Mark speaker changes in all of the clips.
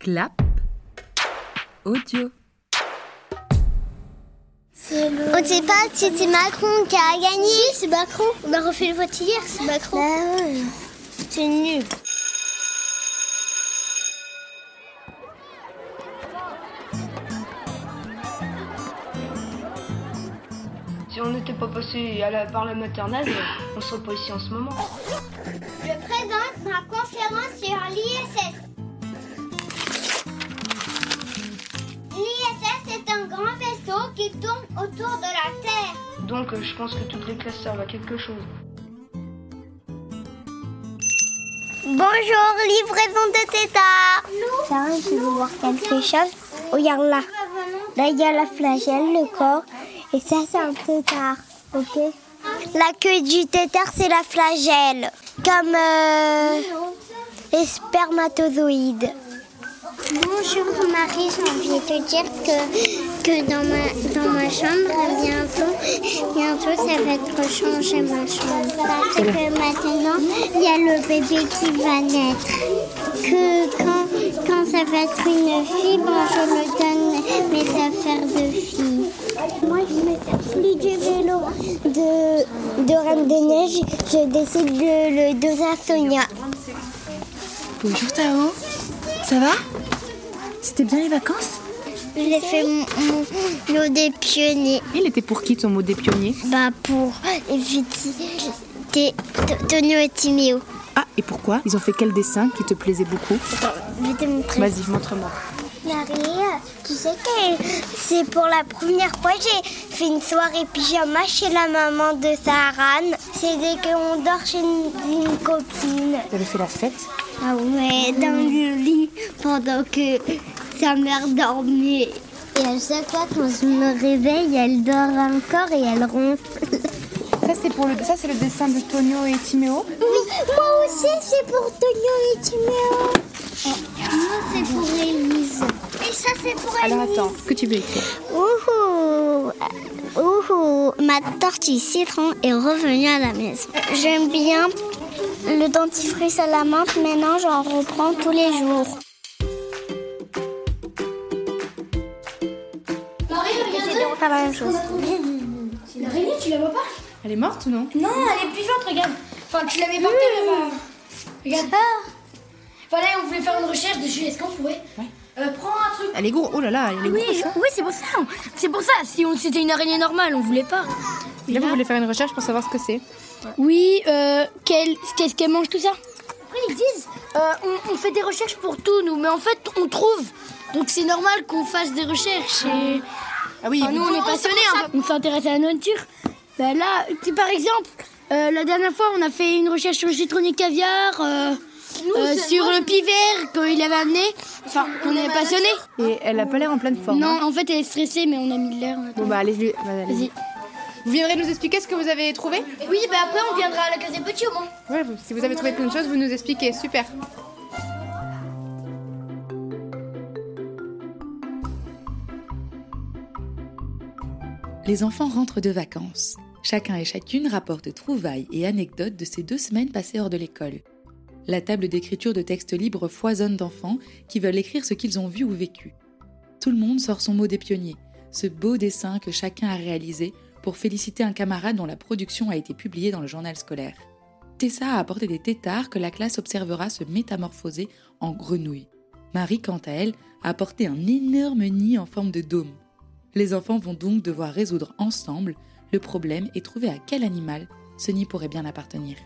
Speaker 1: Clap audio.
Speaker 2: On ne sait pas si c'est Macron qui a gagné. Si, c'est Macron. On a refait le vote hier, c'est Macron. C'est nul.
Speaker 3: Si on n'était pas passé à la, par la maternelle, on serait pas ici en ce moment.
Speaker 2: Je présente ma conférence sur l'ISS. L'ISS est un grand vaisseau qui tourne autour de la Terre.
Speaker 3: Donc euh, je pense que toutes les classes servent à quelque chose.
Speaker 2: Bonjour, livraison de Tétard. Sarah, tu veux voir quelque chose Oh, Regarde là. Là, il y a la flagelle, le corps, et ça, c'est un tétard, ok La queue du tétard, c'est la flagelle, comme euh, les spermatozoïdes. Bonjour Marie, j'ai envie de te dire que, que dans, ma, dans ma chambre, bientôt, bientôt ça va être changé ma chambre. Parce que maintenant, il y a le bébé qui va naître. Que quand, quand ça va être une fille, bon, je le donne mes affaires de fille. Moi, je me plus du vélo de, de Reine des Neiges, je décide de le donner à Sonia.
Speaker 1: Bonjour Tao. Ça va C'était bien les vacances
Speaker 2: J'ai fait mon, mon lot des pionniers
Speaker 1: Il était pour qui ton mot des pionniers
Speaker 2: bah, pour éviter Tonio et Timéo.
Speaker 1: Ah, et pourquoi Ils ont fait quel dessin qui te plaisait beaucoup
Speaker 2: Je vais te montrer.
Speaker 1: Vas-y, montre-moi.
Speaker 2: Marie, tu sais que c'est pour la première fois que j'ai fait une soirée pyjama chez la maman de Saran. C'est dès qu'on dort chez une, une copine.
Speaker 1: Vous avez fait la fête
Speaker 2: Ah ouais, dans le lit pendant que sa mère dormait. Et à chaque fois quand je me réveille, elle dort encore et elle ronfle.
Speaker 1: Ça, c'est pour le, ça, c'est le dessin de Tonio et Timéo.
Speaker 2: Oui, moi aussi c'est pour Tonio et Timéo. Moi c'est pour Élise. Et ça c'est pour
Speaker 1: Alors attends, que tu veux écrire
Speaker 2: Ouhou Euh, Ouhou Ma tortue citron est revenue à la maison. J'aime bien le dentifrice à la menthe, maintenant j'en reprends tous les jours. Faire la même chose.
Speaker 1: Elle est morte ou non
Speaker 4: Non, elle est plus forte, regarde. Enfin, tu l'avais portée, mais bah, Regarde. Voilà, on voulait faire une recherche dessus. Est-ce qu'on pourrait Euh, Prends un truc.
Speaker 1: Elle est gros. Oh là là, elle est grosse.
Speaker 4: Ah oui, c'est pour ça. C'est pour ça. Si on c'était une araignée normale, on voulait pas.
Speaker 1: Là, vous voulez faire une recherche pour savoir ce que c'est
Speaker 4: Oui, euh, quel- qu'est-ce qu'elle mange tout ça Après, ils disent, euh, on, on fait des recherches pour tout, nous, mais en fait, on trouve. Donc c'est normal qu'on fasse des recherches. Et...
Speaker 1: Ah oui, oh,
Speaker 4: Enfin, nous, on est passionnés. hein. On s'intéresse à la nourriture. Ben là, tu- par exemple, euh, la dernière fois, on a fait une recherche sur le citron et caviar, euh, euh, sur le pivert qu'il avait amené. Enfin, on est passionnés.
Speaker 1: Et elle a pas l'air en pleine forme. hein.
Speaker 4: Non, en fait, elle est stressée, mais on a mis de l'air. en attendant.
Speaker 1: Bon bah allez, allez.
Speaker 4: Vas-y.
Speaker 1: Vous viendrez nous expliquer ce que vous avez trouvé
Speaker 4: Oui, ben après, on viendra à la case des petits au moins.
Speaker 1: Ouais, vous- si vous avez trouvé plein de choses, vous nous expliquez. Super.
Speaker 5: Les enfants rentrent de vacances. Chacun et chacune rapporte trouvailles et anecdotes de ces deux semaines passées hors de l'école. La table d'écriture de textes libres foisonne d'enfants qui veulent écrire ce qu'ils ont vu ou vécu. Tout le monde sort son mot des pionniers, ce beau dessin que chacun a réalisé pour féliciter un camarade dont la production a été publiée dans le journal scolaire. Tessa a apporté des têtards que la classe observera se métamorphoser en grenouilles. Marie, quant à elle, a apporté un énorme nid en forme de dôme. Les enfants vont donc devoir résoudre ensemble le problème et trouver à quel animal ce nid pourrait bien appartenir.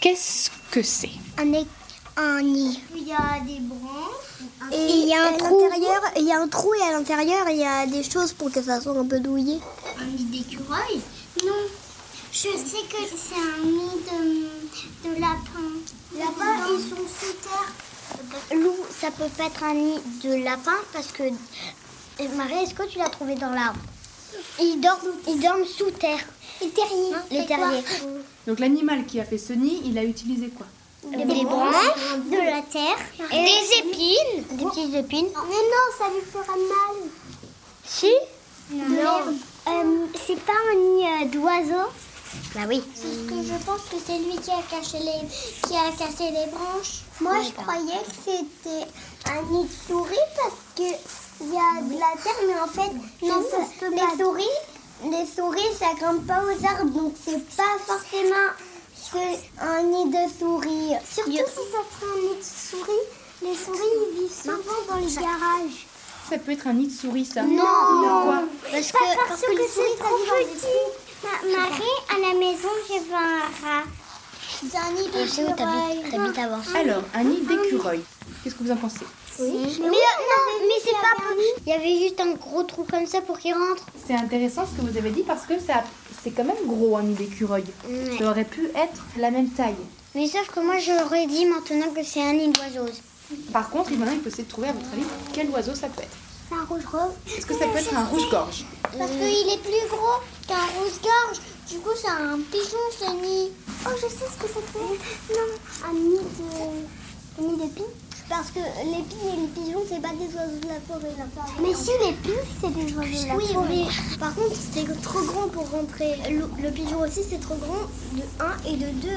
Speaker 1: Qu'est-ce que c'est
Speaker 2: un, é- un nid. Il y a des branches. Et il y a un trou. Il y a un trou et à l'intérieur, il y a des choses pour que ça soit un peu douillé. Un nid d'écureuil Non. Je sais que c'est un nid de, lapin. Lapin, ils sont sous terre. Loup, ça peut pas être un nid de lapin parce que. Eh, Marie, est-ce que tu l'as trouvé dans l'arbre Ils dorment, ils dorment sous terre. Les terriers. Les terriers.
Speaker 1: Donc l'animal qui a fait ce nid, il a utilisé quoi
Speaker 2: Des, branches, de la terre, des épines. Des petites épines. Mais non, ça lui fera mal. Si Non. Euh, c'est pas un nid euh, d'oiseau,
Speaker 6: Bah oui.
Speaker 2: Parce que je pense que c'est lui qui a caché les, qui a cassé les branches.
Speaker 6: Moi, je croyais que c'était un nid de souris parce que il y a de la terre, mais en fait, les, sou- les souris, les souris, ça grimpe pas aux arbres, donc c'est pas forcément que un nid de souris.
Speaker 2: Surtout si ça serait un nid de souris. Les souris, ils vivent souvent dans les garages.
Speaker 1: Ça peut être un nid de souris, ça.
Speaker 2: Non,
Speaker 1: Pourquoi
Speaker 6: parce
Speaker 2: Pas parce que, c'est trop petit. Ma, Marie, à la maison, j'ai vu un rat. J'ai un
Speaker 6: Euh,
Speaker 2: nid de souris.
Speaker 6: avant.
Speaker 1: Alors, un nid d'écureuil. Qu'est-ce que vous en pensez
Speaker 6: Mais, euh, non, mais c'est pas. Il y avait juste un gros trou comme ça pour qu'il rentre.
Speaker 1: C'est intéressant ce que vous avez dit parce que ça, c'est quand même gros un nid d'écureuil.
Speaker 6: Ouais.
Speaker 1: Ça aurait pu être la même taille.
Speaker 6: Mais sauf que moi, j'aurais dit maintenant que c'est un nid d'oiseaux.
Speaker 1: Par contre, maintenant, il faut essayer de trouver, à votre avis, quel oiseau ça peut être.
Speaker 2: C'est un rouge-gorge.
Speaker 1: Est-ce que ça peut être un rouge-gorge
Speaker 2: Parce qu'il est plus gros qu'un rouge-gorge. Du coup, c'est un pigeon, ce nid. Oh, je sais ce que ça fait. Non, un nid de... Un nid de pie. Parce que les pies et les pigeons, c'est pas des oiseaux de la forêt. Mais si, les pies, c'est des oiseaux de la forêt. Oui, mais par contre, c'est trop grand pour rentrer. Le, le pigeon aussi, c'est trop grand de 1 et de 2.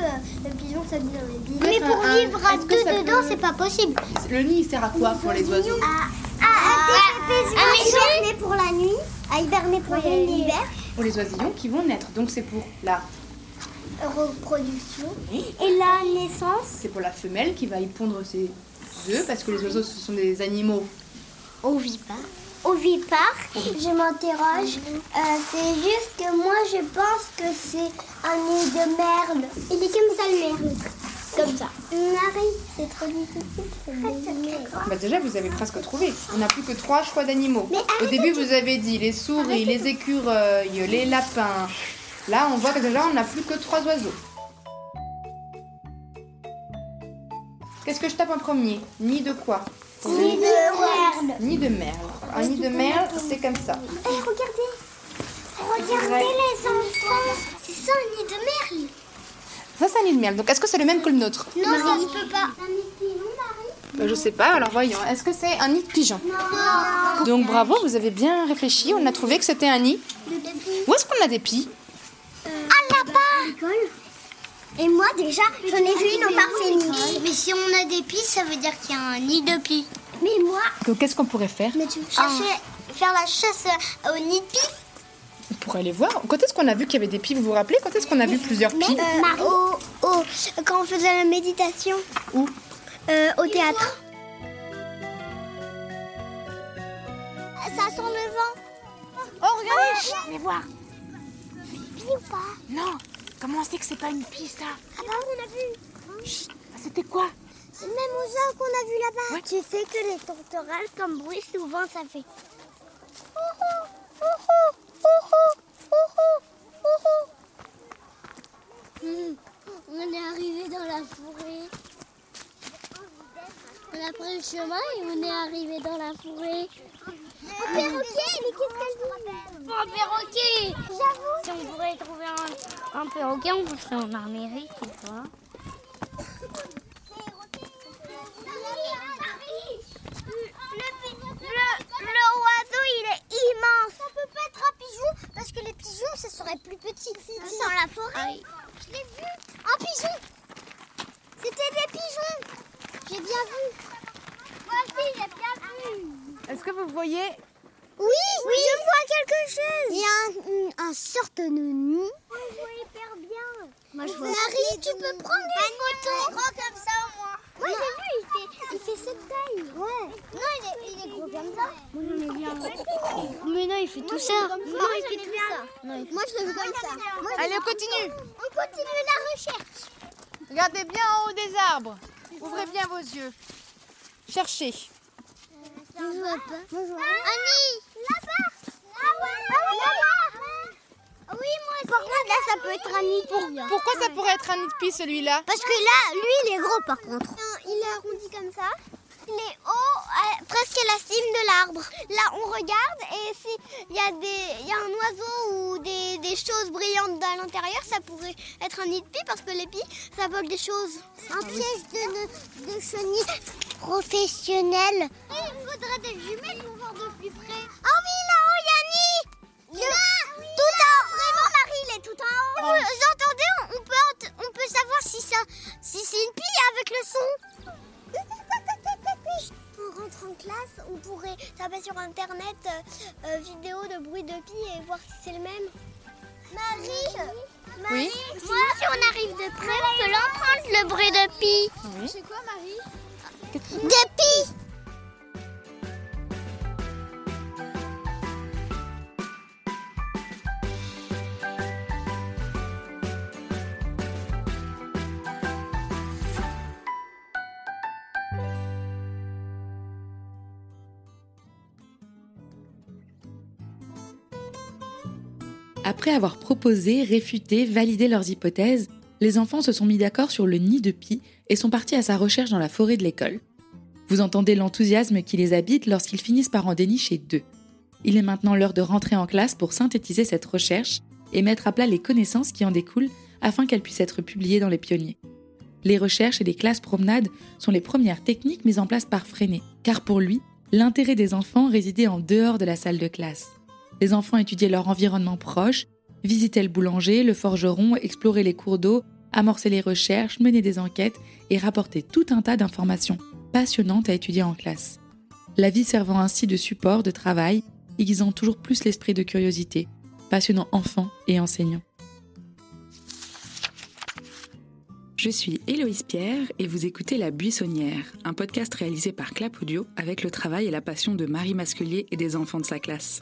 Speaker 2: Le pigeon, ça vit dans les billes.
Speaker 6: Mais pour
Speaker 1: Un- un-
Speaker 6: vivre à
Speaker 1: est-ce que
Speaker 6: deux
Speaker 1: ça peut-
Speaker 6: dedans, c'est pas possible.
Speaker 1: Le nid, il sert à quoi pour les oiseaux
Speaker 2: Ah, ah, ah, hiberner pour la nuit, à hiberner pour l'hiver.
Speaker 1: Pour les oisillons qui vont naître. Donc, c'est pour la,
Speaker 2: reproduction et la naissance.
Speaker 1: c'est pour la femelle qui va y pondre ses œufs parce que les oiseaux, ce sont des animaux.
Speaker 2: Au vipare, je m'interroge. Euh, c'est juste que moi, je pense que c'est un nid de merle. Il est comme ça, le merle. Comme ça. Marie, c'est trop difficile.
Speaker 1: Bah déjà, vous avez presque trouvé. On n'a plus que trois choix d'animaux.
Speaker 2: Mais
Speaker 1: Au début, vous avez dit les souris, les écureuils, les lapins. Là, on voit que déjà, on n'a plus que trois oiseaux. Qu'est-ce que je tape en premier Nid de quoi
Speaker 2: Nid de merle.
Speaker 1: Nid de merle. Un nid de merle, c'est comme ça.
Speaker 2: Eh, regardez. Regardez les enfants. C'est ça, un nid de merle.
Speaker 1: Ça, c'est un nid de merle. Donc, est-ce que c'est le même que le nôtre
Speaker 2: Non, ça se peut pas. Un nid de pigeon, Marie
Speaker 1: Bah, Je sais pas, alors voyons. Est-ce que c'est un nid de pigeon
Speaker 2: Non.
Speaker 1: Donc, bravo, vous avez bien réfléchi. On a trouvé que c'était un nid. Où est-ce qu'on a des pies
Speaker 2: Et moi, déjà, j'en ai vu une en parfait
Speaker 6: Mais si on a des pis, ça veut dire qu'il y a un nid de pis. Ah.
Speaker 2: Mais moi,
Speaker 1: Donc, qu'est-ce qu'on pourrait faire
Speaker 2: Mais tu cherchais faire la chasse au nid de pie
Speaker 1: On pourrait aller voir. Quand est-ce qu'on a vu qu'il y avait des pies Vous vous rappelez Quand est-ce qu'on a vu plusieurs pies
Speaker 2: au, Euh, au- quand on faisait la méditation.
Speaker 1: Où
Speaker 2: Euh, Au théâtre. Euh, Ça sent le vent. Oh, regardez Viens voir. C'est une pie ou pas
Speaker 7: Non Comment on sait que c'est pas une piste ça
Speaker 2: Ah bah oui, on a vu.
Speaker 7: Ah, C'était quoi
Speaker 2: C'est le même oiseau qu'on a vu là-bas. Tu sais que les tourterelles, comme bruit, souvent, ça fait...
Speaker 7: Oh, oh,
Speaker 6: On est arrivé dans la forêt. On a pris le chemin et on est arrivé dans la forêt.
Speaker 2: Un perroquet, mais qu'est-ce que je rappelle
Speaker 6: Un perroquet
Speaker 2: J'avoue
Speaker 6: Si on pourrait trouver un, un perroquet, on serait en Amérique, tu vois.
Speaker 2: Le oiseau, il est immense. Ça peut pas être un pigeon parce que les pigeons, ça serait plus petit. Ah Dans la forêt. Je l'ai vu. Un pigeon. C'était des pigeons. J'ai bien vu. Moi aussi, j'ai bien vu.
Speaker 1: Est-ce que vous voyez
Speaker 2: Oui, je vois quelque chose. Il y a un, un sorte de nid. je vois hyper bien. Moi, je vois Marie, tu peux prendre une photo. grand comme ça, au moins. Moi, j'ai vu, il fait, il fait cette taille. Ouais. Non, il est, il est gros comme ça. Moi, j'en ai vu un.
Speaker 6: Mais non, il fait tout ça.
Speaker 2: Non, il fait tout ça. Moi, je le veux comme ça. Moi, je-
Speaker 1: Allez, on continue.
Speaker 2: On continue la recherche.
Speaker 1: Regardez bien en haut des arbres. Ouvrez bien vos yeux. Cherchez.
Speaker 2: Je vois pas. Annie Là-bas Ah, Là-bas Là-bas Oui, moi aussi. Par contre, là, ça peut être Annie pour
Speaker 1: Pourquoi ça pourrait être un nid de pie celui-là
Speaker 2: Parce que là, lui, il est gros par contre. Il est arrondi comme ça. Il est haut, à- presque à la cime de l'arbre. Là, on regarde et s'il y, a des- il y a un oiseau ou des, des choses brillantes à l'intérieur, ça pourrait être un nid de pie parce que les pies, ça vole des choses. Un piège de, de chenille professionnel. il faudrait des jumelles pour Ah voir de plus près. Ah oui, là-haut, Yanni Là, Tout en vraiment, Marie, il est est tout en haut. Vous entendez on peut, ent- on peut savoir si, ça, si c'est une pie avec le son. On rentre en classe, on pourrait taper sur internet euh, euh, vidéo de bruit de pie et voir si c'est le même. Marie, Marie, moi, si on arrive de près, on peut l'entendre le bruit de pie. C'est quoi, Marie Des pies
Speaker 5: Après avoir proposé, réfuté, validé leurs hypothèses, les enfants se sont mis d'accord sur le nid de pie et sont partis à sa recherche dans la forêt de l'école. Vous entendez l'enthousiasme qui les habite lorsqu'ils finissent par en dénicher deux. Il est maintenant l'heure de rentrer en classe pour synthétiser cette recherche et mettre à plat les connaissances qui en découlent afin qu'elles puissent être publiées dans les pionniers. Les recherches et les classes promenades sont les premières techniques mises en place par Freinet, car pour lui, l'intérêt des enfants résidait en dehors de la salle de classe. Les enfants étudiaient leur environnement proche, visitaient le boulanger, le forgeron, exploraient les cours d'eau, amorçaient les recherches, menaient des enquêtes et rapportaient tout un tas d'informations passionnantes à étudier en classe. La vie servant ainsi de support, de travail, aiguisant toujours plus l'esprit de curiosité, passionnant enfants et enseignants.
Speaker 8: Je suis Héloïse Pierre et vous écoutez La Buissonnière, un podcast réalisé par Clap Audio avec le travail et la passion de Marie Masquelier et des enfants de sa classe.